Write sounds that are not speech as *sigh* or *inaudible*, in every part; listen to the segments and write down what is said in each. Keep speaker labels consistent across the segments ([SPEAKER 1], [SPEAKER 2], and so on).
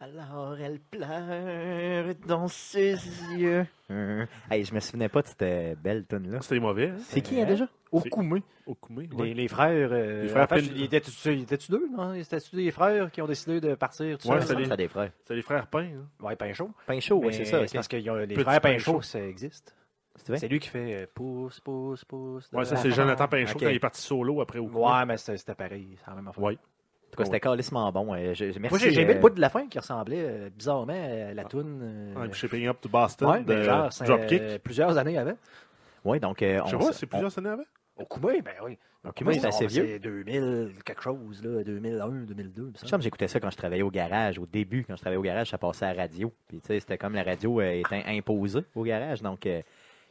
[SPEAKER 1] Alors elle pleure dans ses yeux. Euh, Hey, je me souvenais pas de cette euh, belle tune là.
[SPEAKER 2] C'était mauvais. Hein?
[SPEAKER 1] C'est qui elle, déjà
[SPEAKER 3] Okoumé.
[SPEAKER 2] Okoumé,
[SPEAKER 3] Les,
[SPEAKER 2] ouais.
[SPEAKER 3] les frères. euh,
[SPEAKER 2] Les frères
[SPEAKER 3] en fait,
[SPEAKER 2] Pin-
[SPEAKER 3] ils étaient-tu ils étaient-tu deux, non? Ils étaient-tu des frères qui ont décidé de partir? tout
[SPEAKER 2] Ouais,
[SPEAKER 3] ça,
[SPEAKER 2] c'est les-
[SPEAKER 1] Ça des frères.
[SPEAKER 2] C'est les frères Pain. hein.
[SPEAKER 3] Ouais, Pinchot.
[SPEAKER 1] Pain chaud, ouais,
[SPEAKER 3] Mais
[SPEAKER 1] c'est ça. ok.
[SPEAKER 3] C'est parce que ils ont- les
[SPEAKER 2] Petit
[SPEAKER 3] frères
[SPEAKER 2] Pinchot.
[SPEAKER 3] Pinchot, ça existe.
[SPEAKER 1] C'est vrai?
[SPEAKER 3] C'est lui qui fait euh, pouce, pouce, pouce.
[SPEAKER 2] Ouais, ça,
[SPEAKER 3] Ah,
[SPEAKER 2] c'est
[SPEAKER 3] ah,
[SPEAKER 2] Jonathan
[SPEAKER 3] ah.
[SPEAKER 2] Pinchot
[SPEAKER 3] Ok.
[SPEAKER 2] quand il est parti solo après au
[SPEAKER 3] Ouais, mais c'était c'était pareil. C'est la même affaire.
[SPEAKER 2] Ouais.
[SPEAKER 1] En tout cas, c'était carrément bon. Euh, je- je- merci,
[SPEAKER 3] Moi, j'ai j'ai aimé le
[SPEAKER 1] euh,
[SPEAKER 3] bout de la fin qui ressemblait euh, bizarrement euh, à la toune. euh,
[SPEAKER 2] I'm shipping up to Boston
[SPEAKER 3] ouais, mais
[SPEAKER 2] de
[SPEAKER 3] genre, c'est,
[SPEAKER 2] Dropkick.
[SPEAKER 3] euh, plusieurs années avant.
[SPEAKER 1] Ouais, donc euh, on
[SPEAKER 2] Je sais pas,
[SPEAKER 1] s-
[SPEAKER 2] c'est
[SPEAKER 1] on-
[SPEAKER 2] plusieurs années avant.
[SPEAKER 3] Okoumé, ben oui.
[SPEAKER 1] Okoumé, c'est
[SPEAKER 3] on-
[SPEAKER 1] assez vieux.
[SPEAKER 3] C'est 2000 quelque chose, là, 2001, 2002. il me semble.
[SPEAKER 1] Chum, j'écoutais ça quand je travaillais au garage. Au début, quand je travaillais au garage, ça passait à la radio. Puis, tu sais, c'était comme la radio euh, était imposée au garage. Donc, euh,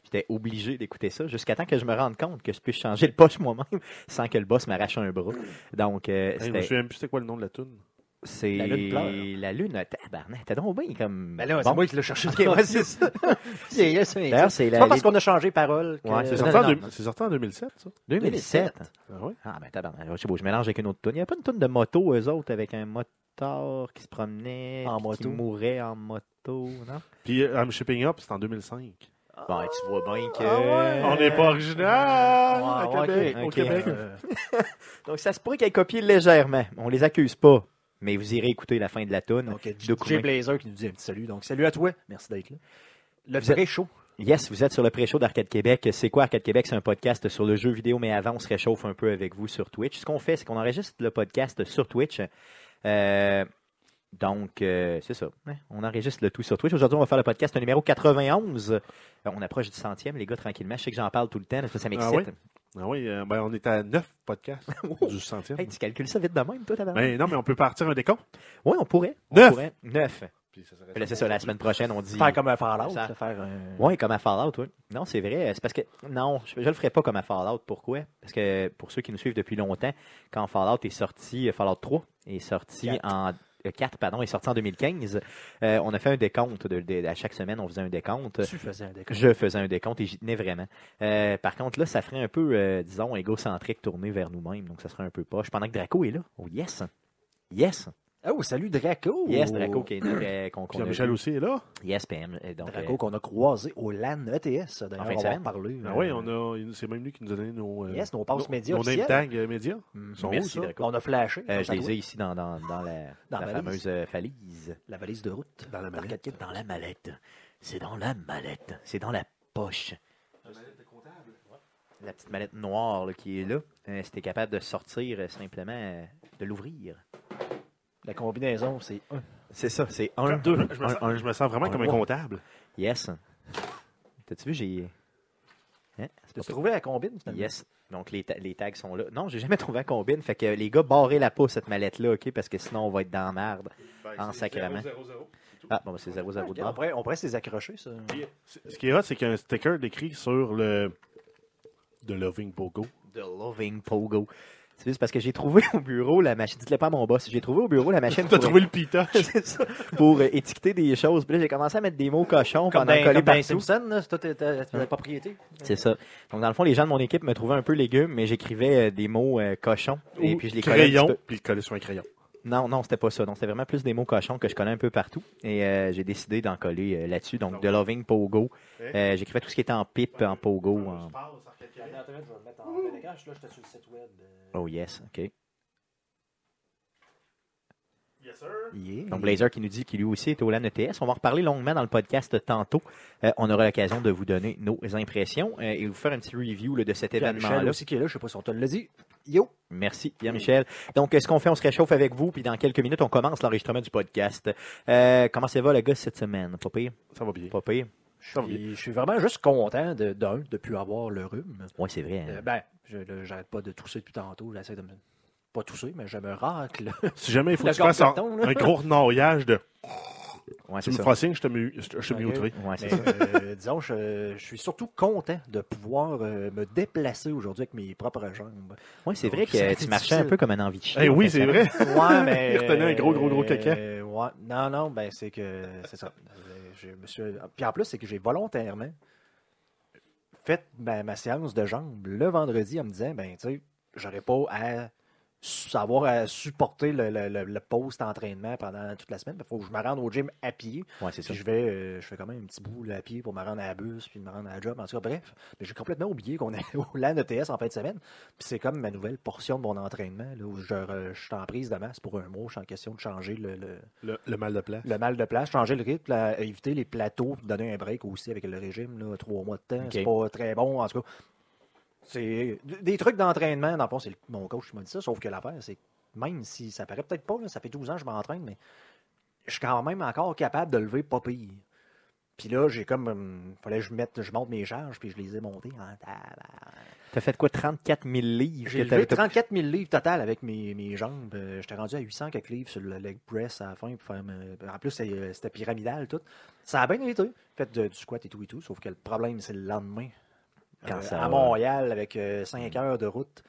[SPEAKER 1] j'étais obligé d'écouter ça jusqu'à temps que je me rende compte que je puisse changer le poche moi-même *laughs* sans que le boss m'arrache un bras. Donc, euh,
[SPEAKER 2] Hey, je me
[SPEAKER 1] c'était.
[SPEAKER 2] souviens plus c'était quoi le nom de la tune.
[SPEAKER 1] C'est.
[SPEAKER 3] La lune pleure.
[SPEAKER 1] La lune, euh, tabarnak, t'as donc bien comme.
[SPEAKER 3] Ben là, c'est
[SPEAKER 1] bon.
[SPEAKER 3] moi qui l'ai cherché.
[SPEAKER 1] Ok, ouais, c'est ça. Ben,
[SPEAKER 3] C'est
[SPEAKER 1] D'ailleurs,
[SPEAKER 3] c'est-
[SPEAKER 1] c'est
[SPEAKER 3] c'est
[SPEAKER 1] la.
[SPEAKER 3] pas parce qu'on a changé parole que...
[SPEAKER 1] Ouais,
[SPEAKER 2] C'est
[SPEAKER 1] Euh,
[SPEAKER 2] sorti, en
[SPEAKER 1] non,
[SPEAKER 2] deux-
[SPEAKER 1] non.
[SPEAKER 2] c'est sorti en 2007, ça.
[SPEAKER 1] 2007.
[SPEAKER 2] Ah ouais?
[SPEAKER 1] Ah, ben tabarnak, je sais pas, je mélange avec une autre toune. Il n'y a pas une toune de moto, eux autres, avec un moteur qui se promenait,
[SPEAKER 3] En
[SPEAKER 1] puis qui
[SPEAKER 3] moto.
[SPEAKER 1] mourait en moto, non?
[SPEAKER 2] Puis euh, I'm shipping up, c'est en 2005.
[SPEAKER 1] Bon, tu vois bien que.
[SPEAKER 3] Ah ouais.
[SPEAKER 2] On n'est pas original
[SPEAKER 3] Ah,
[SPEAKER 2] à
[SPEAKER 3] ouais,
[SPEAKER 2] Québec.
[SPEAKER 1] ok,
[SPEAKER 2] Au
[SPEAKER 1] ok.
[SPEAKER 2] Québec.
[SPEAKER 3] Euh,
[SPEAKER 1] Donc, ça se pourrait qu'elle copie légèrement. On les accuse pas. Mais vous irez écouter la fin de la toune.
[SPEAKER 3] donc, euh,
[SPEAKER 1] Document.
[SPEAKER 3] DJ Blazer qui nous dit un petit salut. Donc, salut à toi. Merci d'être là. Le
[SPEAKER 1] Vous êtes-
[SPEAKER 3] vrai show.
[SPEAKER 1] Yes, vous êtes sur le pré-show d'Arcade Québec. C'est quoi Arcade Québec? C'est un podcast sur le jeu vidéo, mais avant, on se réchauffe un peu avec vous sur Twitch. Ce qu'on fait, c'est qu'on enregistre le podcast sur Twitch. Euh, donc, euh, c'est ça. hein, On enregistre le tout sur Twitch. Aujourd'hui, on va faire le podcast numéro 91. Euh, On approche du centième, les gars, tranquillement. Je sais que j'en parle tout le temps, parce que ça m'excite.
[SPEAKER 2] oui? Ah oui, euh, ben, on est à 9 podcasts du centième.
[SPEAKER 1] Hey, tu calcules ça vite de même, toi, t'as
[SPEAKER 2] Ben, non, mais on peut partir un décompte.
[SPEAKER 1] Oui, on pourrait. On
[SPEAKER 2] Neuf!
[SPEAKER 1] pourrait. Neuf.
[SPEAKER 2] Puis ça serait
[SPEAKER 1] Puis là, c'est ça, la semaine prochaine, on dit...
[SPEAKER 3] Faire comme un Fallout.
[SPEAKER 1] Ça-
[SPEAKER 3] là, Faire un...
[SPEAKER 1] Oui, comme à Fallout, oui. Non, c'est vrai. C'est parce que. Non, je, je le ferai pas comme à Fallout. Pourquoi? Parce que pour ceux qui nous suivent depuis longtemps, quand Fallout est sorti, euh, Fallout 3 est sorti
[SPEAKER 3] Quatre.
[SPEAKER 1] en. euh, 4, pardon, est sorti en 2015. euh, on a fait un décompte. de- de- à chaque semaine, on faisait un décompte.
[SPEAKER 3] Tu faisais un décor.
[SPEAKER 1] Je faisais un décompte et j'y tenais vraiment. Euh, par contre, là, ça ferait un peu, euh, disons, égocentrique tourné vers nous-mêmes. Donc, ça serait un peu poche. Pendant que Draco est là. Oh, yes! Yes!
[SPEAKER 3] Oh, salut Draco.
[SPEAKER 1] Yes,
[SPEAKER 3] Oh.
[SPEAKER 1] Draco qui est euh, qu'on qu'on
[SPEAKER 2] Puis
[SPEAKER 1] a
[SPEAKER 2] Michel
[SPEAKER 1] vu.
[SPEAKER 2] aussi est là.
[SPEAKER 1] Yes, PM. euh, Donc,
[SPEAKER 3] Draco qu'on a croisé au LAN ETS. D'ailleurs,
[SPEAKER 1] En fin de
[SPEAKER 3] on va en euh,
[SPEAKER 1] semaine.
[SPEAKER 3] parler.
[SPEAKER 2] Ah oui, on
[SPEAKER 1] Euh,
[SPEAKER 2] a, il- c'est même lui qui nous a donné nos. euh,
[SPEAKER 3] Yes, nos passes médias
[SPEAKER 2] Nos name
[SPEAKER 3] officiels.
[SPEAKER 2] tag euh, médias.
[SPEAKER 3] Mhm.
[SPEAKER 2] Ils sont où,
[SPEAKER 1] merci,
[SPEAKER 2] ça?
[SPEAKER 1] Draco.
[SPEAKER 3] On a flashé.
[SPEAKER 1] Euh,
[SPEAKER 3] comme
[SPEAKER 1] je
[SPEAKER 3] ça
[SPEAKER 1] les
[SPEAKER 3] doit.
[SPEAKER 1] ai ici dans, dans- dans la,
[SPEAKER 3] Dans
[SPEAKER 1] la
[SPEAKER 3] la valise.
[SPEAKER 1] fameuse euh, valise.
[SPEAKER 3] La valise de route.
[SPEAKER 2] Dans la mallette.
[SPEAKER 3] Arcade Québec.
[SPEAKER 1] Dans la mallette. C'est dans la mallette. C'est dans la poche. La petite mallette noire là, qui est là. Euh, si t'es capable de sortir euh, simplement, euh, de l'ouvrir.
[SPEAKER 3] La combinaison, c'est un.
[SPEAKER 1] C'est ça, c'est un.
[SPEAKER 2] Je me- je me sens- je me sens vraiment
[SPEAKER 1] un,
[SPEAKER 2] comme un
[SPEAKER 1] trois.
[SPEAKER 2] comptable.
[SPEAKER 1] Yes. T'as-tu vu, j'ai. Hein? C'est pas
[SPEAKER 3] T'as-tu trouvé la combine finalement?
[SPEAKER 1] Yes. Donc, les, ta- les tags sont là. Non, j'ai jamais trouvé un combine. Fait que euh, les gars, barrez la peau, cette mallette-là, OK? Parce que sinon, on va être dans la merde.
[SPEAKER 2] Ben,
[SPEAKER 1] En c'est sacrement. Ah, bon, ben, c'est 0 0
[SPEAKER 3] Ok,
[SPEAKER 1] de
[SPEAKER 3] on,
[SPEAKER 1] bord.
[SPEAKER 3] pourrait, on pourrait se les accrocher, ça.
[SPEAKER 2] Ce qui est hot, c'est qu'il y a un sticker décrit sur le. The Loving Pogo.
[SPEAKER 1] The Loving Pogo. Tu sais, C'est parce que j'ai trouvé *laughs* au bureau la machine. Dites-le pas à mon boss. J'ai trouvé au bureau la machine
[SPEAKER 2] *laughs* T'as
[SPEAKER 1] pour,
[SPEAKER 2] trouvé le pita.
[SPEAKER 1] *laughs* C'est ça, *laughs* pour euh, étiqueter des choses. Puis là, j'ai commencé à mettre des mots cochons
[SPEAKER 3] Comme
[SPEAKER 1] pendant coller
[SPEAKER 3] dans, comme dans les
[SPEAKER 1] partout.
[SPEAKER 3] Simpsons, là, c'est toi, t'es- t'es- t'es
[SPEAKER 1] Hein?
[SPEAKER 3] la propriété.
[SPEAKER 1] C'est ça. Donc, dans le fond, les gens de mon équipe me trouvaient un peu légumes, mais j'écrivais euh, des mots euh, cochons. Et
[SPEAKER 2] Ou
[SPEAKER 1] puis, je les collais un petit peu.
[SPEAKER 2] crayon, puis il collait sur un crayon.
[SPEAKER 1] Non, non, c'était pas ça. Donc, c'était vraiment plus des mots cochons que je connais un peu partout. Et euh, j'ai décidé d'en coller euh, là-dessus. Donc,
[SPEAKER 2] Ah ouais. Eh.
[SPEAKER 1] de Loving Pogo. Euh, j'écrivais tout ce qui était en pipe, en pogo. en-
[SPEAKER 3] Attends, je vais le mettre en cache. Là, j'étais sur le site web. euh,
[SPEAKER 1] Oh, yes, OK.
[SPEAKER 2] Yes, sir.
[SPEAKER 1] Donc, Blazer qui nous dit qu'il lui aussi est au LAN ETS. On va en reparler longuement dans le podcast tantôt. Euh, on aura l'occasion de vous donner nos impressions euh, et vous faire un petit review là, de cet
[SPEAKER 3] Michel
[SPEAKER 1] événement-là.
[SPEAKER 3] aussi qui est là, je sais pas si on te l'a dit. Yo!
[SPEAKER 1] Merci, Pierre-Michel. Donc, euh, ce qu'on fait, on se réchauffe avec vous, puis dans quelques minutes, on commence l'enregistrement du podcast. Euh, comment ça va, le gars, cette semaine? Pas pire?
[SPEAKER 2] Ça va bien.
[SPEAKER 1] Pas pire?
[SPEAKER 3] Je
[SPEAKER 2] Ça va bien.
[SPEAKER 3] Puis, je suis vraiment juste content de- d'un, de ne plus avoir le rhume.
[SPEAKER 1] Oui, c'est vrai. hein.
[SPEAKER 3] Euh, ben, je là, j'arrête pas de tousser depuis tantôt. J'essaie de me. Pas tousser, mais je me racle.
[SPEAKER 2] Si jamais il faut que
[SPEAKER 3] Le
[SPEAKER 2] tu fasses un,
[SPEAKER 3] gorgoton, là.
[SPEAKER 2] un gros renaillage de
[SPEAKER 1] Ouais,
[SPEAKER 2] tu
[SPEAKER 1] Ah, c'est
[SPEAKER 2] me
[SPEAKER 1] ça.
[SPEAKER 2] feras signe, je te, mu- je te- je te
[SPEAKER 3] Ok.
[SPEAKER 2] muterai.
[SPEAKER 1] Ouais, c'est
[SPEAKER 3] Mais,
[SPEAKER 1] ça.
[SPEAKER 3] *laughs* euh, disons, je, je suis surtout content de pouvoir euh, me déplacer aujourd'hui avec mes propres jambes.
[SPEAKER 1] Ouais, c'est vrai
[SPEAKER 3] Ça a
[SPEAKER 1] que
[SPEAKER 3] été
[SPEAKER 1] tu marchais un
[SPEAKER 3] difficile.
[SPEAKER 1] peu comme un envie de chier.
[SPEAKER 2] Eh
[SPEAKER 1] en
[SPEAKER 2] oui,
[SPEAKER 1] fait, ça.
[SPEAKER 2] c'est vrai. *laughs*
[SPEAKER 3] Ouais, mais.
[SPEAKER 2] Il retenait un gros, gros, gros caca.
[SPEAKER 3] Euh, ouais. Non, non, ben c'est que. C'est ça. Euh, Je me suis... Puis en plus, c'est que j'ai volontairement fait ma, ma séance de jambes le vendredi en me disant, ben, tu sais, j'aurais pas à savoir à supporter le, le, le- le post-entraînement pendant toute la semaine. Il faut que je me rende au gym à pied.
[SPEAKER 1] Ouais, c'est ça.
[SPEAKER 3] Puis je vais, euh, je fais quand même un petit bout là, à pied pour me rendre à la bus, puis me rendre à la job. En tout cas, bref, mais j'ai complètement oublié qu'on est *laughs* au LAN ETS en fin de semaine. Puis c'est comme ma nouvelle portion de mon entraînement, là, où je, re- je suis en prise de masse pour un mois. Je suis en question de changer le, le-
[SPEAKER 2] Le, le mal de place.
[SPEAKER 3] le mal de place, changer le rythme, là, éviter les plateaux, puis donner un break aussi avec le régime, là, trois mois de temps. C'est
[SPEAKER 1] Ok.
[SPEAKER 3] pas très bon, en tout cas. C'est d- des trucs d'entraînement. Dans le fond, c'est le- mon coach qui m'a dit ça, sauf que l'affaire, c'est que même si ça paraît peut-être pas, là, ça fait 12 ans que je m'entraîne, mais je suis quand même encore capable de lever pas pire. Puis là, j'ai comme. hum, fallait que je, mette, je monte mes charges, puis je les ai montées en tabarnak.
[SPEAKER 1] T'as fait quoi, 34 000 livres?
[SPEAKER 3] J'ai
[SPEAKER 1] que t'avais-
[SPEAKER 3] levé 34 000 livres total avec mes, mes jambes. Euh, J'étais rendu à 800 quelques livres sur le leg press à la fin. pour faire ma- En plus, c'est, euh, c'était pyramidal tout. Ça a bien été. Fait de- du squat et tout et tout. Sauf que le problème, c'est le lendemain.
[SPEAKER 1] Quand
[SPEAKER 3] Euh,
[SPEAKER 1] ça va. Mm.
[SPEAKER 3] à Montréal, avec 5 heures de route,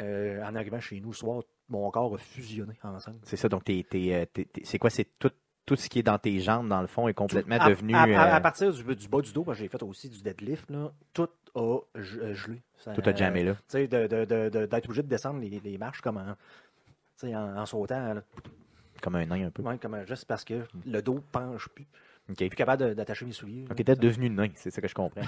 [SPEAKER 3] euh, en arrivant chez nous le soir, mon corps a fusionné ensemble.
[SPEAKER 1] C'est ça, donc t'es- t'es, euh, t'es- t'es- c'est quoi? C'est tout, tout ce qui est dans tes jambes, dans le fond, est complètement
[SPEAKER 3] à,
[SPEAKER 1] devenu.
[SPEAKER 3] à- à-
[SPEAKER 1] euh,
[SPEAKER 3] à partir du, du bas du dos, parce que j'ai fait aussi du deadlift, là, tout a ge- euh, gelé. Ça-
[SPEAKER 1] Tout a jamais là.
[SPEAKER 3] Tu sais, de- de- de- de- d'être obligé de descendre les, les marches comme en, tu sais, en- en sautant. là.
[SPEAKER 1] Comme un nain un peu. Hmm.
[SPEAKER 3] Ouais, comme un geste parce que le dos penche plus.
[SPEAKER 1] Ok.
[SPEAKER 3] Je suis plus capable de- d'attacher mes souliers. là.
[SPEAKER 1] Donc t'es devenu nain, c'est ça que je comprends.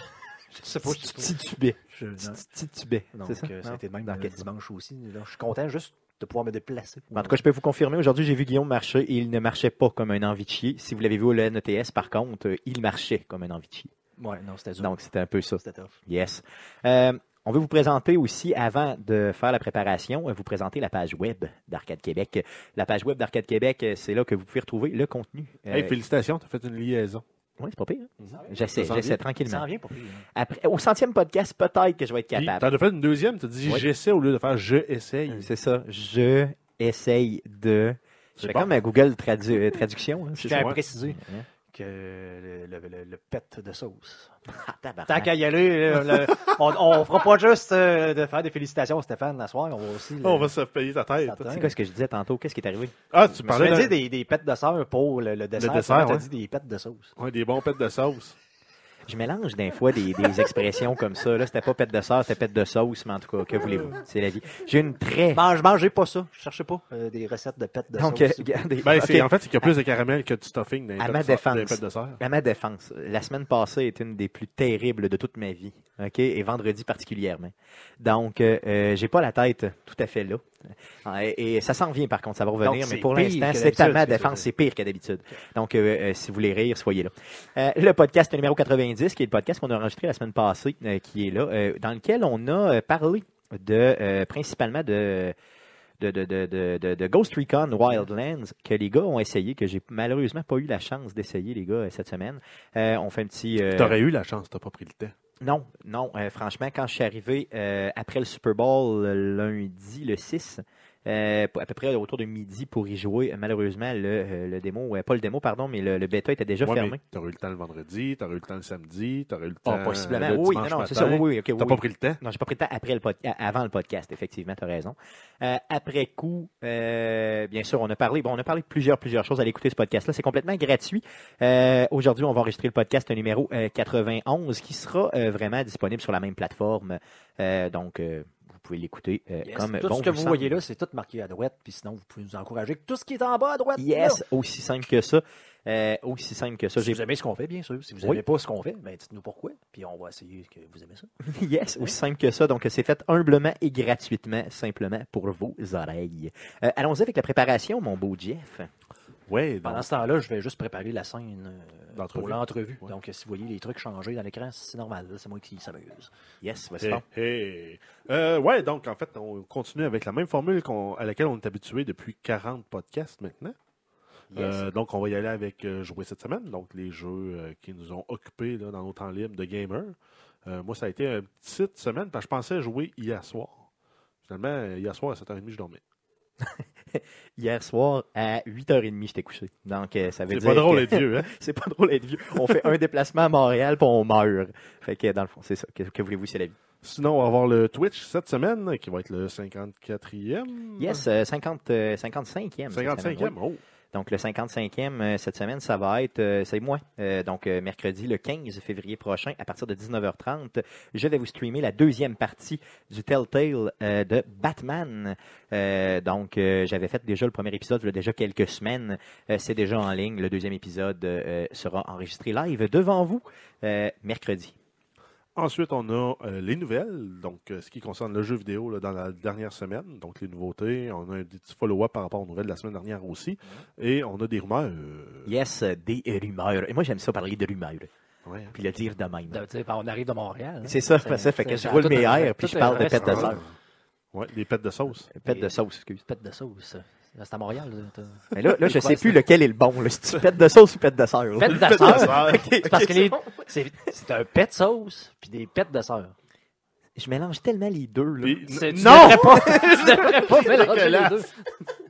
[SPEAKER 3] Je sais pas. je sais
[SPEAKER 1] Petit tibet.
[SPEAKER 3] pas. Je- non.
[SPEAKER 1] Petit tibet.
[SPEAKER 3] Donc,
[SPEAKER 1] C'est
[SPEAKER 3] euh, ça,
[SPEAKER 1] ça?
[SPEAKER 3] a
[SPEAKER 1] Non.
[SPEAKER 3] été de même
[SPEAKER 1] Dans
[SPEAKER 3] euh,
[SPEAKER 1] quel-
[SPEAKER 3] dimanche aussi. Donc, je suis content juste de pouvoir me déplacer.
[SPEAKER 1] En tout cas, je peux vous confirmer, aujourd'hui, j'ai vu Guillaume marcher et il ne marchait pas comme un envie de chier. Si vous l'avez vu au NETS, par contre, euh, il marchait comme un envie de chier.
[SPEAKER 3] Ouais, non, c'était dur.
[SPEAKER 1] Donc, c'était un peu ça.
[SPEAKER 3] c'était tough.
[SPEAKER 1] Yes. Euh, on veut vous présenter aussi, avant de faire la préparation, euh, vous présenter la page web d'Arcade Québec. La page web d'Arcade Québec, euh, c'est là que vous pouvez retrouver le contenu. Euh,
[SPEAKER 2] Hey, félicitations, t'as fait une liaison.
[SPEAKER 1] ouais, c'est pas pire. hein?
[SPEAKER 3] Ça en vient-
[SPEAKER 1] J'essaie,
[SPEAKER 2] Ça s'en
[SPEAKER 1] j'essaie
[SPEAKER 2] vient.
[SPEAKER 3] Ça
[SPEAKER 1] tranquillement.
[SPEAKER 3] en vient pas plus. hein.
[SPEAKER 1] Après, au centième podcast, peut-être que je vais être
[SPEAKER 2] Puis,
[SPEAKER 1] capable.
[SPEAKER 2] T'en as fait une deuxième, t'as dit
[SPEAKER 1] Oui.
[SPEAKER 2] j'essaie au lieu de faire je essaye.
[SPEAKER 1] C'est ça. Je essaye de. Je
[SPEAKER 2] C'est
[SPEAKER 1] fais
[SPEAKER 2] bon.
[SPEAKER 1] comme à Google tradu- euh,
[SPEAKER 2] *laughs*
[SPEAKER 1] Traduction. hein,
[SPEAKER 3] Je
[SPEAKER 1] c'est
[SPEAKER 3] tiens
[SPEAKER 1] ça.
[SPEAKER 3] à préciser
[SPEAKER 1] Ouais.
[SPEAKER 3] que le, le- le- le pet de sauce.
[SPEAKER 1] Ah, tabarnak.
[SPEAKER 3] Tant qu'à y aller,
[SPEAKER 1] *laughs*
[SPEAKER 3] là, le- on, on fera pas juste euh, de faire des félicitations à Stéphane la soirée, on va aussi. le-
[SPEAKER 2] On va se payer ta tête.
[SPEAKER 3] Certain.
[SPEAKER 1] C'est quoi ce que je disais tantôt? Qu'est-ce qui est arrivé?
[SPEAKER 2] Ah, tu
[SPEAKER 3] Je me suis
[SPEAKER 2] parlais
[SPEAKER 3] fait
[SPEAKER 2] d'un-
[SPEAKER 3] dire des, des pets de sœur pour le, le dessert.
[SPEAKER 2] dessert,
[SPEAKER 3] Comment t'as
[SPEAKER 2] ouais.
[SPEAKER 3] dit des pets de sauce.
[SPEAKER 2] ouais, des bons pets de sauce.
[SPEAKER 1] Je mélange des fois des, des expressions comme ça. Là, c'était pas pète de sœur, c'était pète de sauce, mais en tout cas, que voulez-vous? C'est la vie. J'ai une très.
[SPEAKER 3] Mange, mangez pas ça. Je cherchais pas euh, des recettes de pets de
[SPEAKER 1] Donc, euh,
[SPEAKER 3] sauce.
[SPEAKER 1] regardez.
[SPEAKER 2] Ben,
[SPEAKER 1] OK.
[SPEAKER 2] c'est- En fait, c'est qu'il y a plus de caramel que de stuffing dans les
[SPEAKER 1] À
[SPEAKER 2] pets
[SPEAKER 1] ma
[SPEAKER 2] de sa-
[SPEAKER 1] défense.
[SPEAKER 2] dans les pets de serre.
[SPEAKER 1] À ma défense, la semaine passée est une des plus terribles de toute ma vie, ok, et vendredi particulièrement. Donc, euh, euh, j'ai pas la tête tout à fait là. Ah, Et, et ça s'en vient par contre, ça va revenir,
[SPEAKER 3] Donc,
[SPEAKER 1] mais
[SPEAKER 3] c'est
[SPEAKER 1] pour
[SPEAKER 3] pire
[SPEAKER 1] l'instant,
[SPEAKER 3] que
[SPEAKER 1] c'est à
[SPEAKER 3] d'habitude,
[SPEAKER 1] ma
[SPEAKER 3] c'est ça,
[SPEAKER 1] défense,
[SPEAKER 3] c'est-
[SPEAKER 1] c'est pire que d'habitude. Donc, euh, euh, si vous voulez rire, soyez là. Euh, le podcast numéro 90, qui est le podcast qu'on a enregistré la semaine passée, euh, qui est là, euh, dans lequel on a euh, parlé de euh, principalement de de, de, de, de, de- de Ghost Recon Wildlands que les gars ont essayé, que j'ai malheureusement pas eu la chance d'essayer, les gars, euh, cette semaine. Euh, on fait un petit. euh,
[SPEAKER 2] T'aurais eu la chance, t'as pas pris le temps.
[SPEAKER 1] non, non. euh, franchement, quand je suis arrivé euh, après le Super Bowl euh, lundi, le 6, euh, à peu près autour de midi pour y jouer, euh, malheureusement, le, euh, le démo, euh, pas le démo, pardon, mais le, le bêta était déjà
[SPEAKER 2] Ouais,
[SPEAKER 1] fermé.
[SPEAKER 2] mais T'aurais eu le temps le vendredi, t'aurais eu le temps le samedi, t'aurais eu le
[SPEAKER 1] Ah,
[SPEAKER 2] temps.
[SPEAKER 1] possiblement.
[SPEAKER 2] le
[SPEAKER 1] Oui,
[SPEAKER 2] dimanche
[SPEAKER 1] non, non, c'est ça.
[SPEAKER 2] matin.
[SPEAKER 1] Oui, oui, ok, oui,
[SPEAKER 2] T'as pas pris le temps.
[SPEAKER 1] non, j'ai pas pris le temps après le pod- à- avant le podcast, effectivement, tu as raison. Euh, après coup, euh, bien sûr, on a parlé, bon, on a parlé de plusieurs, plusieurs choses. Allez écouter ce podcast-là. C'est complètement gratuit. Euh, Aujourd'hui, on va enregistrer le podcast numéro euh, 91 qui sera euh, vraiment disponible sur la même plateforme. Euh, donc, euh, vous pouvez l'écouter euh,
[SPEAKER 3] Yes,
[SPEAKER 1] comme
[SPEAKER 3] tout
[SPEAKER 1] bon
[SPEAKER 3] ce que vous
[SPEAKER 1] semble.
[SPEAKER 3] voyez là, c'est tout marqué à droite, puis sinon vous pouvez nous encourager avec tout ce qui est en bas à droite.
[SPEAKER 1] Yes, aussi simple que ça. Euh, aussi simple que ça.
[SPEAKER 3] là. Si
[SPEAKER 1] J'ai
[SPEAKER 3] vous aimez ce qu'on fait, bien sûr. Si vous
[SPEAKER 1] Oui.
[SPEAKER 3] n'aimez pas ce qu'on fait, ben dites-nous pourquoi, puis on va essayer que vous aimez ça.
[SPEAKER 1] *laughs* Yes, aussi simple que ça. Donc, c'est fait humblement et gratuitement, simplement pour vos oreilles. Euh, Allons-y avec la préparation, mon beau Jeff.
[SPEAKER 2] Ouais, donc,
[SPEAKER 3] Pendant ce temps-là, je vais juste préparer la scène euh,
[SPEAKER 2] D'entrevue.
[SPEAKER 3] pour l'entrevue.
[SPEAKER 2] Ouais.
[SPEAKER 3] Donc, si vous voyez les trucs changer dans l'écran, c'est normal. là, C'est moi qui s'amuse.
[SPEAKER 1] Yes, vas-y.
[SPEAKER 2] Hey,
[SPEAKER 1] donc.
[SPEAKER 2] hey. Euh, ouais, donc en fait, on continue avec la même formule qu'on- à laquelle on est habitué depuis 40 podcasts maintenant. Euh, donc, on va y aller avec euh, jouer cette semaine, donc les jeux euh, qui nous ont occupés là, dans nos temps libres de gamer. Euh, moi, ça a été une petite semaine parce que je pensais jouer hier soir. Finalement, euh, hier soir à 7h30, je dormais.
[SPEAKER 1] Hier soir, à 8h30, j'étais couché. Donc, euh, ça veut
[SPEAKER 2] C'est
[SPEAKER 1] dire.
[SPEAKER 2] pas drôle
[SPEAKER 1] que- *laughs*
[SPEAKER 2] d'être vieux, hein?
[SPEAKER 1] C'est pas drôle d'être vieux. On fait un déplacement à Montréal, puis on meurt. Fait que, dans le fond, c'est ça. Que, que voulez-vous, c'est la vie.
[SPEAKER 2] Sinon, on va avoir le Twitch cette semaine qui va être le 54e.
[SPEAKER 1] Yes, euh, 50, euh, 55e. cette semaine,
[SPEAKER 2] 55e,
[SPEAKER 1] oui.
[SPEAKER 2] oh!
[SPEAKER 1] Donc, le 55e euh, cette semaine, ça va être, euh, c'est moi. Euh, donc, euh, mercredi, le 15 février prochain, à partir de 19h30, je vais vous streamer la deuxième partie du Telltale euh, de Batman. Euh, donc, euh, j'avais fait déjà le premier épisode il y a déjà quelques semaines. Euh, c'est déjà en ligne. Le deuxième épisode euh, sera enregistré live devant vous euh, mercredi.
[SPEAKER 2] Ensuite, on a euh, les nouvelles, donc euh, ce qui concerne le jeu vidéo là, dans la dernière semaine, donc les nouveautés. On a un petit follow-up par rapport aux nouvelles de la semaine dernière aussi.
[SPEAKER 1] Mm-hmm.
[SPEAKER 2] Et on a des rumeurs. euh,
[SPEAKER 1] Yes, euh, des rumeurs. Et moi, j'aime ça parler de rumeurs,
[SPEAKER 2] ouais, hein.
[SPEAKER 1] puis le dire de même.
[SPEAKER 3] De- tu sais, on arrive de Montréal. hein.
[SPEAKER 1] C'est ça, c'est ça. Fait que je roule mes
[SPEAKER 3] tout un-
[SPEAKER 1] airs, puis
[SPEAKER 3] tout
[SPEAKER 1] je
[SPEAKER 3] un
[SPEAKER 1] parle de
[SPEAKER 3] reste-
[SPEAKER 1] pète de sauce.
[SPEAKER 2] Ah Ouais, les pètes de sauce.
[SPEAKER 1] Pète de sauce, excuse.
[SPEAKER 3] Pète de sauce. Là, C'est à Montréal. là, t'as-
[SPEAKER 1] Mais là, là je
[SPEAKER 3] C'est quoi,
[SPEAKER 1] sais plus
[SPEAKER 3] ça?
[SPEAKER 1] lequel est le bon. là. Si tu pètes de sauce ou pète de sœur.
[SPEAKER 3] Pète de
[SPEAKER 1] *laughs*
[SPEAKER 3] sœur. C'est parce que les- c'est c'est un pet sauce puis des pets de sœur.
[SPEAKER 1] Je mélange tellement les deux. Là.
[SPEAKER 2] Puis-
[SPEAKER 3] C'est- tu
[SPEAKER 1] Non!
[SPEAKER 3] devrais pas, tu *laughs* devrais pas mélanger les
[SPEAKER 2] dégueulasse.
[SPEAKER 3] deux.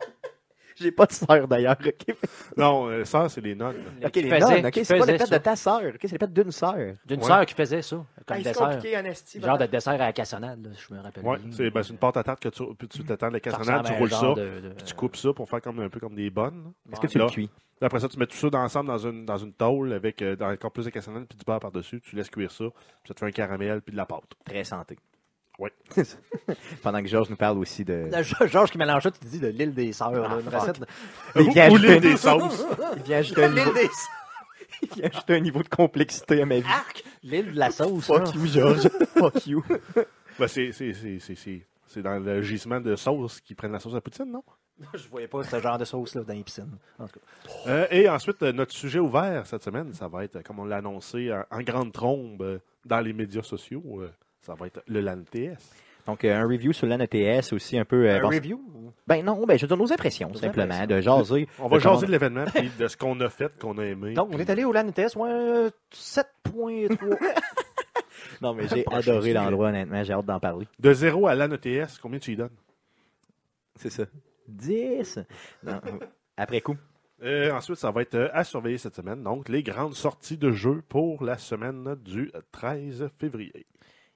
[SPEAKER 1] J'ai pas de sœur d'ailleurs. ok?
[SPEAKER 2] Non, euh, ça, c'est les nonnes.
[SPEAKER 1] Ok,
[SPEAKER 3] Qui
[SPEAKER 1] les
[SPEAKER 3] faisait-
[SPEAKER 1] nonnes, ok?
[SPEAKER 3] qui
[SPEAKER 1] C'est pas les
[SPEAKER 3] faisait
[SPEAKER 1] pètes
[SPEAKER 3] ça.
[SPEAKER 1] de ta sœur. ok? C'est les pètes d'une sœur.
[SPEAKER 3] D'une
[SPEAKER 2] Ouais.
[SPEAKER 3] sœur qui faisait ça,
[SPEAKER 2] Ah,
[SPEAKER 3] comme dessert.
[SPEAKER 1] en esti.
[SPEAKER 3] Genre de dessert à la cassonade, là, je me rappelle.
[SPEAKER 2] Ouais,
[SPEAKER 3] bien.
[SPEAKER 2] c'est ben, c'est une pâte à tarte que tu, puis tu t'attends la
[SPEAKER 3] Mm. Ça
[SPEAKER 2] cassonade,
[SPEAKER 3] ressemble
[SPEAKER 2] tu
[SPEAKER 3] à un
[SPEAKER 2] roules ça,
[SPEAKER 3] genre de- de-
[SPEAKER 2] puis tu coupes ça pour faire comme, un peu comme des bonnes.
[SPEAKER 1] Est-ce que
[SPEAKER 3] Ouais.
[SPEAKER 1] tu le
[SPEAKER 2] Là.
[SPEAKER 1] cuis?
[SPEAKER 2] Puis Après ça, tu mets tout ça ensemble dans une, dans une tôle avec euh, dans- encore plus de cassonade puis du beurre par-dessus. Tu laisses cuire ça, puis ça te fait un caramel puis de la pâte.
[SPEAKER 1] Très santé.
[SPEAKER 2] Ouais.
[SPEAKER 1] *laughs* Pendant que Georges nous parle aussi de.
[SPEAKER 3] Là, Ge- Georges qui mélange ça, tu dis de l'île des sœurs, là,
[SPEAKER 1] Ah,
[SPEAKER 3] une
[SPEAKER 1] fuck.
[SPEAKER 3] recette.
[SPEAKER 2] *laughs*
[SPEAKER 3] de-
[SPEAKER 1] Il vient
[SPEAKER 2] Ou- ou les
[SPEAKER 1] ajouter-
[SPEAKER 2] des sauces.
[SPEAKER 1] Il vient ajouter un niveau,
[SPEAKER 3] L'île *laughs* des sœurs.
[SPEAKER 1] il vient ajouter un niveau de complexité à ma vie.
[SPEAKER 3] Arc! L'île de la sauce. là.
[SPEAKER 1] Fuck you, Georges. *laughs* Fuck you.
[SPEAKER 2] Ben, c'est, c'est, c'est, c'est, c'est, c'est dans le gisement de sauce qu'ils prennent la sauce à poutine, non?
[SPEAKER 3] Je voyais pas ce genre de sauce-là dans les piscines. En tout cas.
[SPEAKER 2] Euh, et ensuite, euh, notre sujet ouvert cette semaine, ça va être, euh, comme on l'a annoncé en, en grande trombe euh, dans les médias sociaux, euh, ça va être le LAN TS.
[SPEAKER 1] Donc, euh, un review sur l'ANETS aussi, un peu. euh,
[SPEAKER 3] Un
[SPEAKER 1] bon,
[SPEAKER 3] review? ou-
[SPEAKER 1] ben non, ben, je veux dire nos impressions,
[SPEAKER 3] Nos
[SPEAKER 1] simplement,
[SPEAKER 3] impressions.
[SPEAKER 1] de jaser.
[SPEAKER 2] On va
[SPEAKER 1] de
[SPEAKER 2] jaser
[SPEAKER 1] comment-
[SPEAKER 2] de l'événement puis de ce qu'on a fait, qu'on a aimé.
[SPEAKER 3] Donc, on
[SPEAKER 2] puis-
[SPEAKER 3] est allé au LAN ETS, ouais, euh,
[SPEAKER 2] *laughs*
[SPEAKER 3] 7.3.
[SPEAKER 1] Non, mais j'ai
[SPEAKER 2] Prochain
[SPEAKER 1] adoré
[SPEAKER 2] sujet.
[SPEAKER 1] l'endroit, honnêtement, j'ai hâte d'en parler.
[SPEAKER 2] De 0 à LAN ETS, combien tu y donnes?
[SPEAKER 1] C'est ça. 10. Non, Après coup.
[SPEAKER 2] Euh, ensuite, ça va être euh, à surveiller cette semaine, donc les grandes sorties de jeux pour la semaine du 13 février.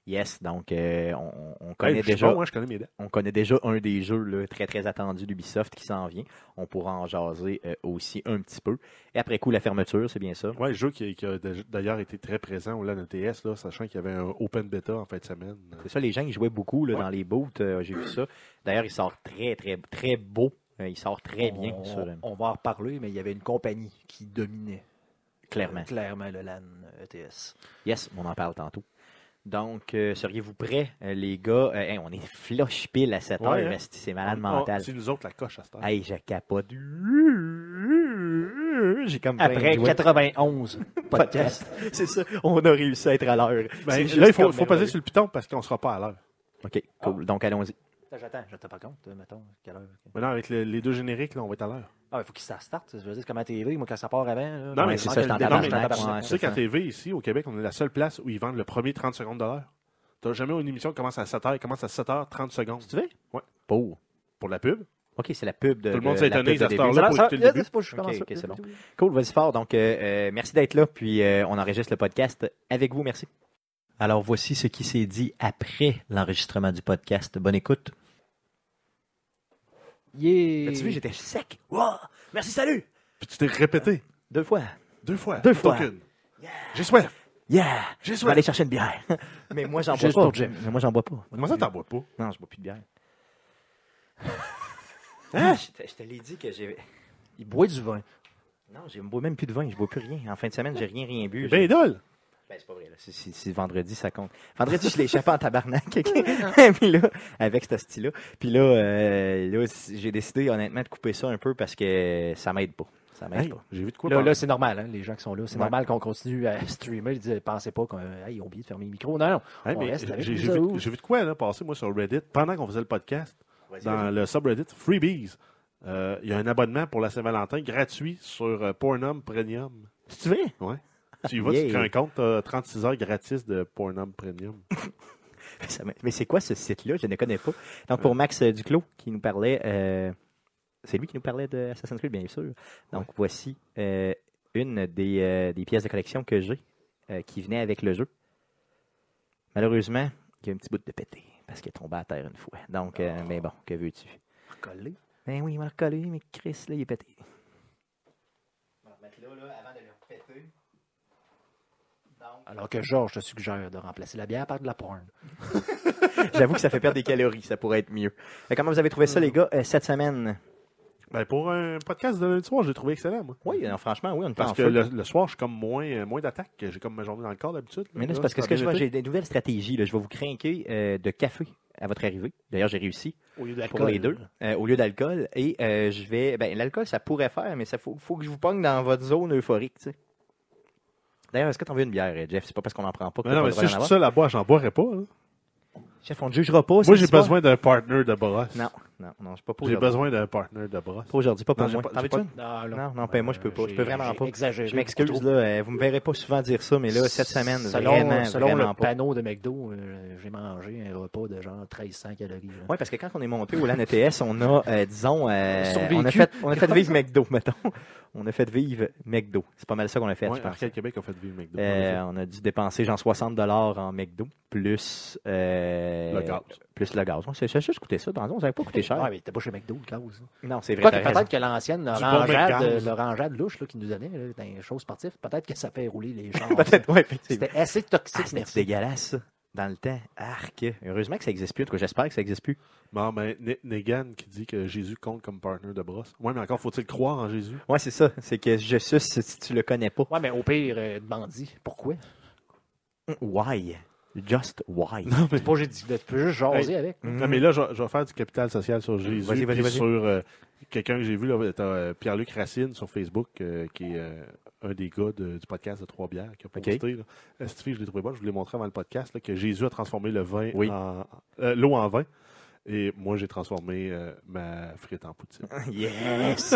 [SPEAKER 1] Yes, donc euh, on, on
[SPEAKER 2] Hey,
[SPEAKER 1] connaît
[SPEAKER 2] je suis
[SPEAKER 1] déjà,
[SPEAKER 2] bon, hein, je connais mes dates.
[SPEAKER 1] on connaît déjà un des jeux là, très très attendu d'Ubisoft qui s'en vient. On pourra en jaser euh, aussi un petit peu. Et après coup, la fermeture, c'est bien ça.
[SPEAKER 2] Ouais, le jeu qui, qui a dé- d'ailleurs été très présent au LAN ETS, là, sachant qu'il y avait un open beta en fin de semaine.
[SPEAKER 1] C'est ça, les gens ils jouaient beaucoup là,
[SPEAKER 2] Ouais.
[SPEAKER 1] dans les boots. euh, J'ai vu ça. D'ailleurs, il sort très très très beau. Euh, Il sort très bien
[SPEAKER 2] Oh.
[SPEAKER 3] on,
[SPEAKER 1] sur, euh,
[SPEAKER 3] on va en reparler, mais il y avait une compagnie qui dominait
[SPEAKER 1] clairement.
[SPEAKER 3] clairement le LAN euh, E ETS.
[SPEAKER 1] Yes, on en parle tantôt. Donc, euh, seriez-vous prêts, euh, les gars? Euh, hey, on est floche pile à 7
[SPEAKER 2] Ouais,
[SPEAKER 1] heures,
[SPEAKER 2] hein?
[SPEAKER 1] esti, c'est malade
[SPEAKER 2] On- on-
[SPEAKER 1] mental.
[SPEAKER 2] C'est nous autres la coche à cette heure.
[SPEAKER 1] Hey, je capote. J'ai comme plein de
[SPEAKER 3] Après
[SPEAKER 1] joie.
[SPEAKER 3] 91
[SPEAKER 1] podcast.
[SPEAKER 3] podcasts.
[SPEAKER 1] C'est ça, on a réussi à être à l'heure.
[SPEAKER 2] Ben,
[SPEAKER 1] C'est
[SPEAKER 2] là,
[SPEAKER 1] juste
[SPEAKER 2] il faut,
[SPEAKER 1] comme
[SPEAKER 2] faut
[SPEAKER 1] merveilleux.
[SPEAKER 2] passer sur le piton parce qu'on sera pas à l'heure.
[SPEAKER 1] OK, cool. Donc, allons-y.
[SPEAKER 3] J'attends, j'attends par contre, euh, mettons, quelle heure. ok.
[SPEAKER 2] Maintenant, avec le- les deux génériques, là, on va être à l'heure.
[SPEAKER 3] Ah, il faut qu'il ça starte. Je veux dire, c'est comme à TV, moi, quand ça part avant. là,
[SPEAKER 2] Non,
[SPEAKER 3] on
[SPEAKER 2] mais
[SPEAKER 3] me
[SPEAKER 2] c'est
[SPEAKER 3] manque
[SPEAKER 2] ça, je
[SPEAKER 3] le
[SPEAKER 1] t'entends
[SPEAKER 3] début,
[SPEAKER 2] pas,
[SPEAKER 3] je t'entends
[SPEAKER 1] je
[SPEAKER 3] pas.
[SPEAKER 1] t'entends
[SPEAKER 2] tu
[SPEAKER 1] c'est
[SPEAKER 2] sais qu'à
[SPEAKER 1] ça.
[SPEAKER 2] TV, ici, au Québec, on est la seule place où ils vendent le premier 30 secondes de l'heure. T'as jamais une émission qui commence à 7h, elle commence à 7h, 30 secondes.
[SPEAKER 1] Tu veux?
[SPEAKER 2] Ouais.
[SPEAKER 1] Pour.
[SPEAKER 2] Pour la pub.
[SPEAKER 1] OK, c'est la pub de.
[SPEAKER 2] Tout le monde
[SPEAKER 1] de-
[SPEAKER 2] s'est
[SPEAKER 1] la
[SPEAKER 2] étonné
[SPEAKER 1] pub de
[SPEAKER 2] à cette
[SPEAKER 1] début.
[SPEAKER 2] heure-là.
[SPEAKER 3] Ça,
[SPEAKER 2] pour
[SPEAKER 3] ça,
[SPEAKER 2] écouter le
[SPEAKER 3] là,
[SPEAKER 2] début.
[SPEAKER 3] c'est pas- je commence
[SPEAKER 1] Ok,
[SPEAKER 3] ça.
[SPEAKER 1] ok, c'est bon. Cool, vas-y fort. Donc, euh, euh, merci d'être là. Puis, euh, on enregistre le podcast avec vous. Merci. Alors, voici ce qui s'est dit après l'enregistrement du podcast. Bonne écoute.
[SPEAKER 3] Yeah.
[SPEAKER 1] As-tu vu, j'étais sec. Wow! Merci, salut!
[SPEAKER 2] Puis tu t'es répété
[SPEAKER 1] Deux fois.
[SPEAKER 2] deux fois.
[SPEAKER 1] Deux
[SPEAKER 2] plutôt
[SPEAKER 1] fois.
[SPEAKER 2] qu'une. J'ai soif.
[SPEAKER 1] Yeah!
[SPEAKER 2] J'ai
[SPEAKER 1] Je vais
[SPEAKER 2] soif.
[SPEAKER 1] aller chercher une *laughs* bière. Mais moi, j'en bois
[SPEAKER 3] Juste
[SPEAKER 1] pas.
[SPEAKER 3] pour Jim.
[SPEAKER 1] Mais moi, j'en bois pas.
[SPEAKER 2] Comment ça, t'en bois pas?
[SPEAKER 1] Non, je bois plus de
[SPEAKER 2] *laughs*
[SPEAKER 1] bière.
[SPEAKER 2] Ah!
[SPEAKER 1] je, te, je te l'ai dit que j'ai.
[SPEAKER 3] Il boit du vin.
[SPEAKER 1] Non, je ne bois même plus de vin, je bois plus rien. En fin de semaine, j'ai rien, rien bu.
[SPEAKER 2] Ben,
[SPEAKER 1] J'ai-
[SPEAKER 2] idole.
[SPEAKER 1] Ben, c'est pas vrai. là. Si, si- si vendredi, ça compte. Vendredi, je l'échappais en tabarnak. ok? *laughs* Puis là, avec ce style-là. Puis là, euh, là, si- j'ai décidé honnêtement de couper ça un peu parce que ça m'aide pas. Ça m'aide
[SPEAKER 2] Hey,
[SPEAKER 1] pas.
[SPEAKER 2] J'ai vu de quoi
[SPEAKER 3] Là,
[SPEAKER 2] parler.
[SPEAKER 3] là c'est normal, hein, les gens qui sont là. C'est
[SPEAKER 1] Ouais.
[SPEAKER 3] normal qu'on continue à *laughs* streamer. Ils disent, pensez pas qu'on hey, ils ont oublié de fermer le micro. Non, non.
[SPEAKER 2] Hey,
[SPEAKER 3] on
[SPEAKER 2] mais
[SPEAKER 3] reste avec
[SPEAKER 2] j'ai-
[SPEAKER 3] nous
[SPEAKER 2] J'ai vu-
[SPEAKER 3] autres.
[SPEAKER 2] j'ai vu de quoi là, passer, moi, sur Reddit, pendant qu'on faisait le podcast,
[SPEAKER 1] Vas-y,
[SPEAKER 2] dans le subreddit Freebies. Euh, Il y a un abonnement pour la Saint-Valentin gratuit sur euh, Pornhub Premium.
[SPEAKER 1] C'est vrai?
[SPEAKER 2] Ouais. Tu y vas, tu
[SPEAKER 1] Yeah.
[SPEAKER 2] crées un compte, t'as 36 heures gratis de Pornhub Premium.
[SPEAKER 1] Ça me- Mais c'est quoi ce site-là? Je ne connais pas. Donc, pour Max euh, Duclos, qui nous parlait, euh, c'est lui qui nous parlait de Assassin's Creed, bien sûr. Donc, voici euh, une des, euh, des pièces de collection que j'ai euh, qui venait avec le jeu. Malheureusement, il y a un petit bout de pété parce qu'il est tombé à terre une fois. Donc, euh, mais bon, que veux-tu?
[SPEAKER 3] Collé.
[SPEAKER 1] Ben oui, il m'a recollé, mais Chris, là, il est pété. On va remettre là, là, avant de le péter. Donc,
[SPEAKER 3] Alors que Georges te suggère de remplacer la bière par de la porn.
[SPEAKER 1] J'avoue que ça fait perdre des calories, ça pourrait être mieux. Euh, comment vous avez trouvé ça, les gars, euh, cette semaine?
[SPEAKER 2] Ben, pour un podcast de lundi soir, j'ai trouvé excellent, moi.
[SPEAKER 1] Oui, non, franchement, oui, on
[SPEAKER 2] Parce
[SPEAKER 1] pense
[SPEAKER 2] que le, le soir, je suis comme moins, euh, moins d'attaque. J'ai comme ma journée dans le corps d'habitude.
[SPEAKER 1] Mais là, c'est parce que, ce
[SPEAKER 2] ça
[SPEAKER 1] que
[SPEAKER 2] a
[SPEAKER 1] je
[SPEAKER 2] bien
[SPEAKER 1] vois,
[SPEAKER 2] été.
[SPEAKER 1] j'ai des nouvelles stratégies. là. Je vais vous craquer euh, de café à votre arrivée. D'ailleurs, j'ai réussi
[SPEAKER 3] Au lieu
[SPEAKER 1] pour les deux, euh, au lieu d'alcool. Et euh, je vais. Ben, l'alcool, ça pourrait faire, mais ça faut, faut que je vous pogne dans votre zone euphorique, tu sais. D'ailleurs, est-ce que t'en veux une bière, euh, Jeff? C'est pas parce qu'on n'en prend pas que
[SPEAKER 2] Mais non,
[SPEAKER 1] t'as pas
[SPEAKER 2] mais
[SPEAKER 1] le droit d'en
[SPEAKER 2] si je suis
[SPEAKER 1] avoir.
[SPEAKER 2] seul à boire, j'en boirais pas. hein.
[SPEAKER 1] Jeff, on ne jugera pas.
[SPEAKER 2] Moi,
[SPEAKER 1] c'est
[SPEAKER 2] j'ai
[SPEAKER 1] l'histoire.
[SPEAKER 2] besoin d'un partner de brosse.
[SPEAKER 1] Non, non, non, je pas pour
[SPEAKER 2] J'ai
[SPEAKER 1] aujourd'hui.
[SPEAKER 2] besoin d'un partner de brosse.
[SPEAKER 1] Pas aujourd'hui, pas pour
[SPEAKER 2] Non, j'ai
[SPEAKER 1] moi.
[SPEAKER 2] pas-
[SPEAKER 1] T'en
[SPEAKER 2] j'ai
[SPEAKER 1] veux-tu
[SPEAKER 2] pas-
[SPEAKER 1] une?
[SPEAKER 3] Non,
[SPEAKER 1] Non, non, ben, moi, je peux pas. Je peux vraiment pas.
[SPEAKER 3] Exagéré.
[SPEAKER 1] Je m'excuse, là, euh, vous me verrez pas souvent dire ça, mais là, cette semaine,
[SPEAKER 3] selon,
[SPEAKER 1] vraiment,
[SPEAKER 3] selon
[SPEAKER 1] vraiment
[SPEAKER 3] le
[SPEAKER 1] pas.
[SPEAKER 3] panneau de McDo, euh, j'ai mangé un repas de genre 1300 calories. là.
[SPEAKER 1] Oui, parce que quand on est monté au LAN ETS, on a, euh, disons, euh,
[SPEAKER 3] Survécu.
[SPEAKER 1] on, a fait, on a fait vivre McDo, *laughs* mettons. On a fait vivre McDo. C'est pas mal ça qu'on a fait,
[SPEAKER 2] Ouais,
[SPEAKER 1] je pense.
[SPEAKER 2] Arcade Québec a fait vivre McDo.
[SPEAKER 1] Euh, on a dû dépenser genre 60 en McDo, plus euh,
[SPEAKER 2] Le gaz.
[SPEAKER 1] Plus le gaz. On s'est cherché, je coûtais ça. Dans le fond, ça n'avait pas coûté cher.
[SPEAKER 3] Ouais, mais t'es pas chez McDo, le cause.
[SPEAKER 1] Non, c'est vrai.
[SPEAKER 3] Quoi
[SPEAKER 1] t'as
[SPEAKER 3] que
[SPEAKER 1] raison.
[SPEAKER 3] peut-être que l'ancienne
[SPEAKER 2] Du bon
[SPEAKER 3] orangeade,
[SPEAKER 2] McDonald's.
[SPEAKER 3] euh, l'orangeade louche là, qui nous donnait là, dans les choses sportives, peut-être que ça fait
[SPEAKER 1] *laughs*
[SPEAKER 3] rouler les gens.
[SPEAKER 1] Peut-être, ouais, effectivement.
[SPEAKER 3] C'était assez
[SPEAKER 1] Ah,
[SPEAKER 3] toxique,
[SPEAKER 1] C'était
[SPEAKER 3] merci.
[SPEAKER 1] dégueulasse, ça, dans le temps. Arc. Heureusement que ça existe plus. En tout cas, j'espère que ça existe plus.
[SPEAKER 2] Non, mais Ne- ben, Negan qui dit que Jésus compte comme partner de brosse. Ouais, mais encore faut-il croire en Jésus?
[SPEAKER 1] Ouais, c'est ça. C'est que je suce si tu le connais pas.
[SPEAKER 3] Ouais, mais au pire, euh, bandit.
[SPEAKER 1] *laughs*
[SPEAKER 3] Pourquoi?
[SPEAKER 1] Why? Just why?
[SPEAKER 3] C'est pas ridicule. Tu peux juste jaser avec.
[SPEAKER 2] Non, mais là, je, vais- je vais faire du capital social sur Jésus.
[SPEAKER 1] Mhm. Vas-y, vas-y,
[SPEAKER 2] puis
[SPEAKER 1] vas-y.
[SPEAKER 2] Sur euh, quelqu'un que j'ai vu, là, t'as, euh, Pierre-Luc Racine sur Facebook, euh, qui est euh, un des gars de- du podcast de Trois-Bières, qui a
[SPEAKER 1] Ok.
[SPEAKER 2] posté. là. Euh, Cette fille, je l'ai trouvé bonne, je vous l'ai montré avant le podcast, là, que Jésus a transformé le vin
[SPEAKER 1] Oui.
[SPEAKER 2] en. euh, l'eau en vin. Et moi, j'ai transformé euh, ma frite
[SPEAKER 1] *laughs*
[SPEAKER 2] en poutine.
[SPEAKER 1] *laughs* Yes!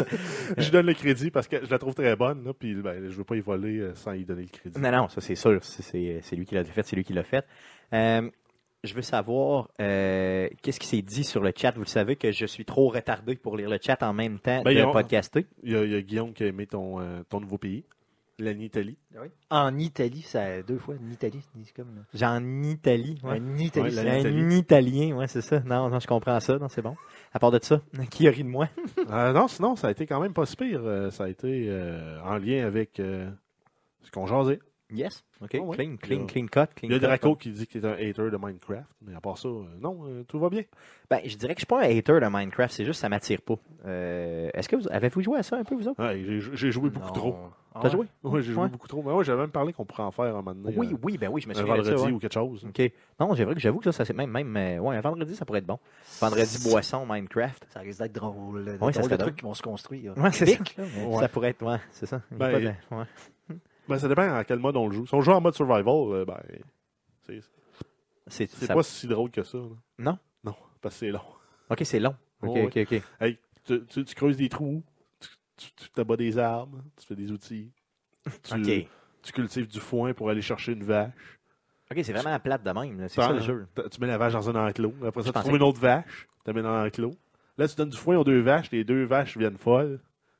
[SPEAKER 2] je donne le crédit parce que je la trouve très bonne, là, puis ben, je veux pas y voler euh, sans y donner le crédit.
[SPEAKER 1] non, non, ça c'est sûr. C'est- C'est c'est lui qui l'a fait, c'est lui qui l'a fait. Euh, je veux savoir euh, qu'est-ce qui s'est dit sur le chat. Vous le savez que je suis trop retardé pour lire le chat en même temps
[SPEAKER 2] Ben,
[SPEAKER 1] de
[SPEAKER 2] ils ont-
[SPEAKER 1] podcaster.
[SPEAKER 2] Il y, a, il y a Guillaume qui a aimé ton, euh, ton nouveau pays, l'Italie.
[SPEAKER 3] En Italie, ça deux fois, en Italie, ni- comme
[SPEAKER 1] J'en euh, Italie. ouais.
[SPEAKER 3] en Italie.
[SPEAKER 2] Ouais,
[SPEAKER 1] C'est
[SPEAKER 2] la-
[SPEAKER 1] un
[SPEAKER 2] Italie.
[SPEAKER 1] Italien, ouais, c'est ça. Non, non, je comprends ça. Non, c'est bon. À part de ça, *laughs* qui a ri de moi?
[SPEAKER 2] Euh, non, sinon, ça a été quand même pas si pire. Euh, ça a été euh, en lien avec euh, ce qu'on jasait.
[SPEAKER 1] Yes. OK.
[SPEAKER 2] Oh, ouais.
[SPEAKER 1] Clean,
[SPEAKER 2] Il y
[SPEAKER 1] clean,
[SPEAKER 2] a-
[SPEAKER 1] clean cut. Clean
[SPEAKER 2] Il y a
[SPEAKER 1] cut.
[SPEAKER 2] Draco qui dit qu'il est un hater de Minecraft, mais à part ça, euh, non, euh, tout va bien.
[SPEAKER 1] Ben, je dirais que je suis pas un hater de Minecraft, c'est juste que ça m'attire pas. Euh, Est-ce que vous avez-vous joué à ça un peu, vous autres?
[SPEAKER 2] Ouais, Ah, j'ai- j'ai joué beaucoup
[SPEAKER 3] Non.
[SPEAKER 2] trop.
[SPEAKER 3] Ah
[SPEAKER 1] T'as
[SPEAKER 3] ouais?
[SPEAKER 1] joué?
[SPEAKER 2] Ouais, j'ai joué
[SPEAKER 1] Ouais.
[SPEAKER 2] beaucoup trop. Mais ouais, j'avais même parlé qu'on pourrait en faire un moment donné,
[SPEAKER 1] Oui,
[SPEAKER 2] euh,
[SPEAKER 1] oui, ben oui, je me
[SPEAKER 2] un
[SPEAKER 1] souviens de
[SPEAKER 2] vendredi
[SPEAKER 1] ça. ouais. Mm.
[SPEAKER 2] ou quelque chose.
[SPEAKER 1] OK. Non, j'ai vrai que j'avoue que ça, ça c'est même, même euh, ouais, un vendredi, ça pourrait être bon. Vendredi boisson, Minecraft.
[SPEAKER 3] Ça risque d'être drôle. là, Des
[SPEAKER 1] Ouais, ça
[SPEAKER 3] drôles de
[SPEAKER 1] serait
[SPEAKER 3] trucs qui vont se construire.
[SPEAKER 1] Ouais, c'est
[SPEAKER 3] Bic, là, mais-
[SPEAKER 2] Ouais.
[SPEAKER 1] Ça pourrait être, ouais, c'est ça. Il y a
[SPEAKER 2] Ben,
[SPEAKER 1] pas de- ouais.
[SPEAKER 2] Ben, ça dépend à quel mode on le joue. Si on joue en mode survival, euh, ben, c'est
[SPEAKER 1] C'est
[SPEAKER 2] c'est
[SPEAKER 1] ça-
[SPEAKER 2] pas si drôle que ça. là.
[SPEAKER 1] Non?
[SPEAKER 2] Non, parce que c'est long.
[SPEAKER 1] OK, c'est long. OK,
[SPEAKER 2] Ouais,
[SPEAKER 1] OK, OK.
[SPEAKER 2] Tu, tu- tu creuses des trous, tu, tu, tu t'abats des arbres, tu fais des outils. Tu,
[SPEAKER 1] OK.
[SPEAKER 2] tu cultives du foin pour aller chercher une vache.
[SPEAKER 1] OK, c'est vraiment plate de même. là. C'est
[SPEAKER 2] T'en-
[SPEAKER 1] ça le jeu.
[SPEAKER 2] t- Tu mets la vache dans un enclos. Après
[SPEAKER 1] Je
[SPEAKER 2] ça, tu
[SPEAKER 1] pensais
[SPEAKER 2] trouves une autre vache. Tu la mets dans l'enclos. Là, tu donnes du foin aux deux vaches. Les deux vaches viennent folles.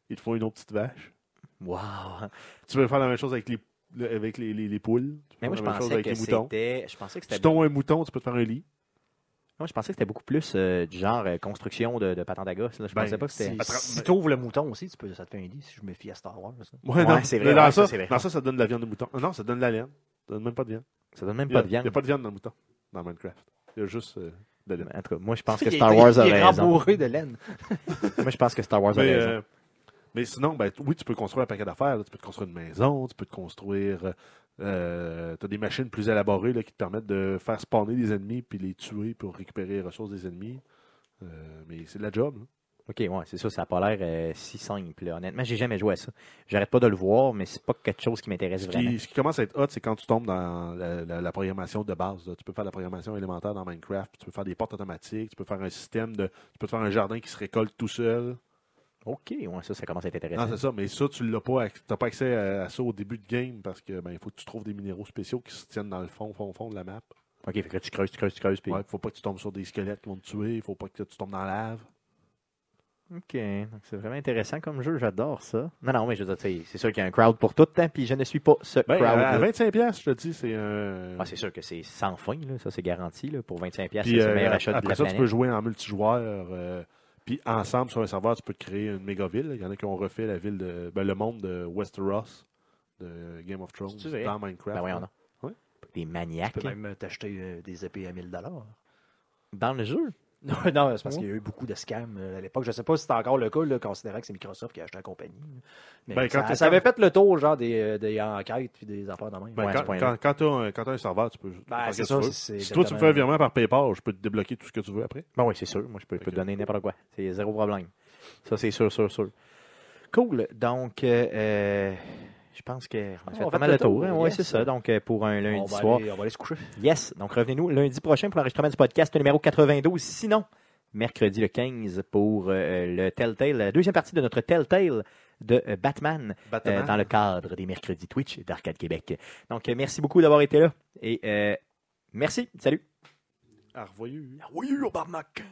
[SPEAKER 2] Ils te font une autre petite vache.
[SPEAKER 1] Wow.
[SPEAKER 2] Tu peux faire la même chose avec les, le- avec les, les- les poules. Tu peux
[SPEAKER 1] Mais moi, je
[SPEAKER 2] faire la même chose
[SPEAKER 1] pensais
[SPEAKER 2] avec
[SPEAKER 1] que
[SPEAKER 2] les moutons.
[SPEAKER 1] c'était. Je pensais que
[SPEAKER 2] Tu
[SPEAKER 1] c'était.
[SPEAKER 2] tombes un mouton, tu peux te faire un lit.
[SPEAKER 1] Moi, je pensais que c'était beaucoup plus euh, du genre euh, construction de, de patente à gosse. là. Je
[SPEAKER 2] Ben,
[SPEAKER 1] pensais pas que c'était.
[SPEAKER 3] Si, si t'ouvres le mouton aussi, tu peux, ça te fait un lit, si je me fie à Star Wars. *laughs* ça.
[SPEAKER 2] Ouais,
[SPEAKER 1] Ouais,
[SPEAKER 2] non.
[SPEAKER 1] c'est vrai,
[SPEAKER 2] Mais Dans,
[SPEAKER 1] ouais, ça,
[SPEAKER 2] ça,
[SPEAKER 1] c'est vrai.
[SPEAKER 2] dans ça, ça donne de la viande de mouton. Ah Non, ça donne de la laine. Ça donne même pas de viande.
[SPEAKER 1] Ça donne même
[SPEAKER 2] Il y a-
[SPEAKER 1] pas de viande.
[SPEAKER 2] Il n'y a pas de viande dans le mouton, dans Minecraft. Il y a juste euh, de la laine.
[SPEAKER 1] En tout cas, moi, je
[SPEAKER 2] *laughs*
[SPEAKER 1] pense que
[SPEAKER 3] Il est-
[SPEAKER 1] Star Wars a
[SPEAKER 3] Il est
[SPEAKER 1] raison.
[SPEAKER 3] rembourré de laine.
[SPEAKER 1] Moi, je pense que Star Wars a
[SPEAKER 2] Mais,
[SPEAKER 1] raison.
[SPEAKER 2] euh, mais sinon, ben, t- oui, tu peux construire un paquet d'affaires. là. Tu peux te construire une maison, tu peux te construire. tu as des machines plus élaborées là, qui te permettent de faire spawner des ennemis puis les tuer pour récupérer les ressources des ennemis. Euh, mais c'est de la job. là.
[SPEAKER 1] Ok, ouais, c'est ça, ça n'a pas l'air euh, si simple. là. Honnêtement, j'ai jamais joué à ça. J'arrête pas de le voir, mais c'est pas quelque chose qui m'intéresse
[SPEAKER 2] Ce
[SPEAKER 1] vraiment.
[SPEAKER 2] qui, ce qui commence à être hot, c'est quand tu tombes dans la, la- la programmation de base. là. Tu peux faire la programmation élémentaire dans Minecraft, tu peux faire des portes automatiques, tu peux faire un système de. Tu peux te faire un jardin qui se récolte tout seul.
[SPEAKER 1] OK, ouais, ça, ça commence à être intéressant.
[SPEAKER 2] Non, c'est Ah, ça, mais ça, tu l'as pas, ac- t'as pas accès à, à ça au début de game parce que ben, il faut que tu trouves des minéraux spéciaux qui se tiennent dans le fond, fond, fond de la map.
[SPEAKER 1] OK, fait que là, tu creuses, tu creuses, tu creuses. Puis...
[SPEAKER 2] Ouais, faut pas que tu tombes sur des squelettes qui vont te tuer, faut pas que tu tombes dans la lave.
[SPEAKER 1] OK, donc c'est vraiment intéressant comme jeu, j'adore ça. Non, non, mais je veux dire, tu sais, c'est sûr qu'il y a un crowd pour tout, hein, puis je ne suis pas ce
[SPEAKER 2] Ben,
[SPEAKER 1] crowd
[SPEAKER 2] à 25$, piastres, je te dis, c'est un.
[SPEAKER 1] euh, Ah, c'est sûr que c'est sans fin, là, ça c'est garanti. Là, pour 25$, piastres,
[SPEAKER 2] Puis,
[SPEAKER 1] c'est le meilleur
[SPEAKER 2] euh,
[SPEAKER 1] achat de la
[SPEAKER 2] après ça, tu
[SPEAKER 1] planète.
[SPEAKER 2] peux jouer en multijoueur. euh, puis ensemble, sur un serveur, tu peux te créer une méga ville. Il y en a qui ont refait la ville de, ben, le monde de Westeros, de Game of Thrones,
[SPEAKER 1] C'est vrai?
[SPEAKER 2] dans Minecraft.
[SPEAKER 1] Ben voyons
[SPEAKER 2] là.
[SPEAKER 1] donc.
[SPEAKER 2] Ouais.
[SPEAKER 1] Des maniaques
[SPEAKER 3] Tu peux
[SPEAKER 1] là,
[SPEAKER 3] même t'acheter euh, des épées à 1000 dollars. Oh.
[SPEAKER 1] dans le jeu.
[SPEAKER 3] *laughs* Non, non c'est parce qu'il y a eu beaucoup de scams euh, à l'époque. Je sais pas si c'est encore le cas, là, considérant que c'est Microsoft qui a acheté la compagnie. Mais
[SPEAKER 2] Ben, quand
[SPEAKER 3] ça,
[SPEAKER 2] t'es
[SPEAKER 3] ça avait fait le tour, genre, des, euh, des enquêtes puis des affaires de même.
[SPEAKER 2] Ben,
[SPEAKER 1] Ouais,
[SPEAKER 2] quand
[SPEAKER 1] ce point-là.
[SPEAKER 2] quand, tu as, un serveur, tu peux tu peux
[SPEAKER 3] Ben,
[SPEAKER 2] faire
[SPEAKER 3] c'est
[SPEAKER 2] ce que
[SPEAKER 3] ça,
[SPEAKER 2] tu veux.
[SPEAKER 3] c'est- c'est
[SPEAKER 2] Si toi, tu me fais un virement par PayPal, je peux te débloquer tout ce que tu veux après.
[SPEAKER 1] Ben oui, c'est sûr. Moi, je peux, je peux te
[SPEAKER 2] Ok.
[SPEAKER 1] donner n'importe quoi. C'est zéro problème. Ça, c'est sûr, sûr, sûr. Cool. Donc, euh, euh, je pense que on a fait
[SPEAKER 3] Ah, on
[SPEAKER 1] pas
[SPEAKER 3] a fait
[SPEAKER 1] mal
[SPEAKER 3] le
[SPEAKER 1] de tours.
[SPEAKER 3] tour,
[SPEAKER 1] Oui,
[SPEAKER 3] yes.
[SPEAKER 1] c'est ça. Donc, euh, pour un
[SPEAKER 3] on,
[SPEAKER 1] lundi
[SPEAKER 3] va
[SPEAKER 1] soir.
[SPEAKER 3] aller, on va aller se coucher.
[SPEAKER 1] Yes. Donc, revenez-nous lundi prochain pour l'enregistrement du podcast numéro 92. Sinon, mercredi le 15 pour euh, le Telltale, la deuxième partie de notre Telltale de euh, Batman euh, dans le cadre des mercredis Twitch d'Arcade Québec. Donc, euh, merci beaucoup d'avoir été là et euh, merci. Salut.
[SPEAKER 2] Ah, revoyez.
[SPEAKER 1] Oui, au barnac.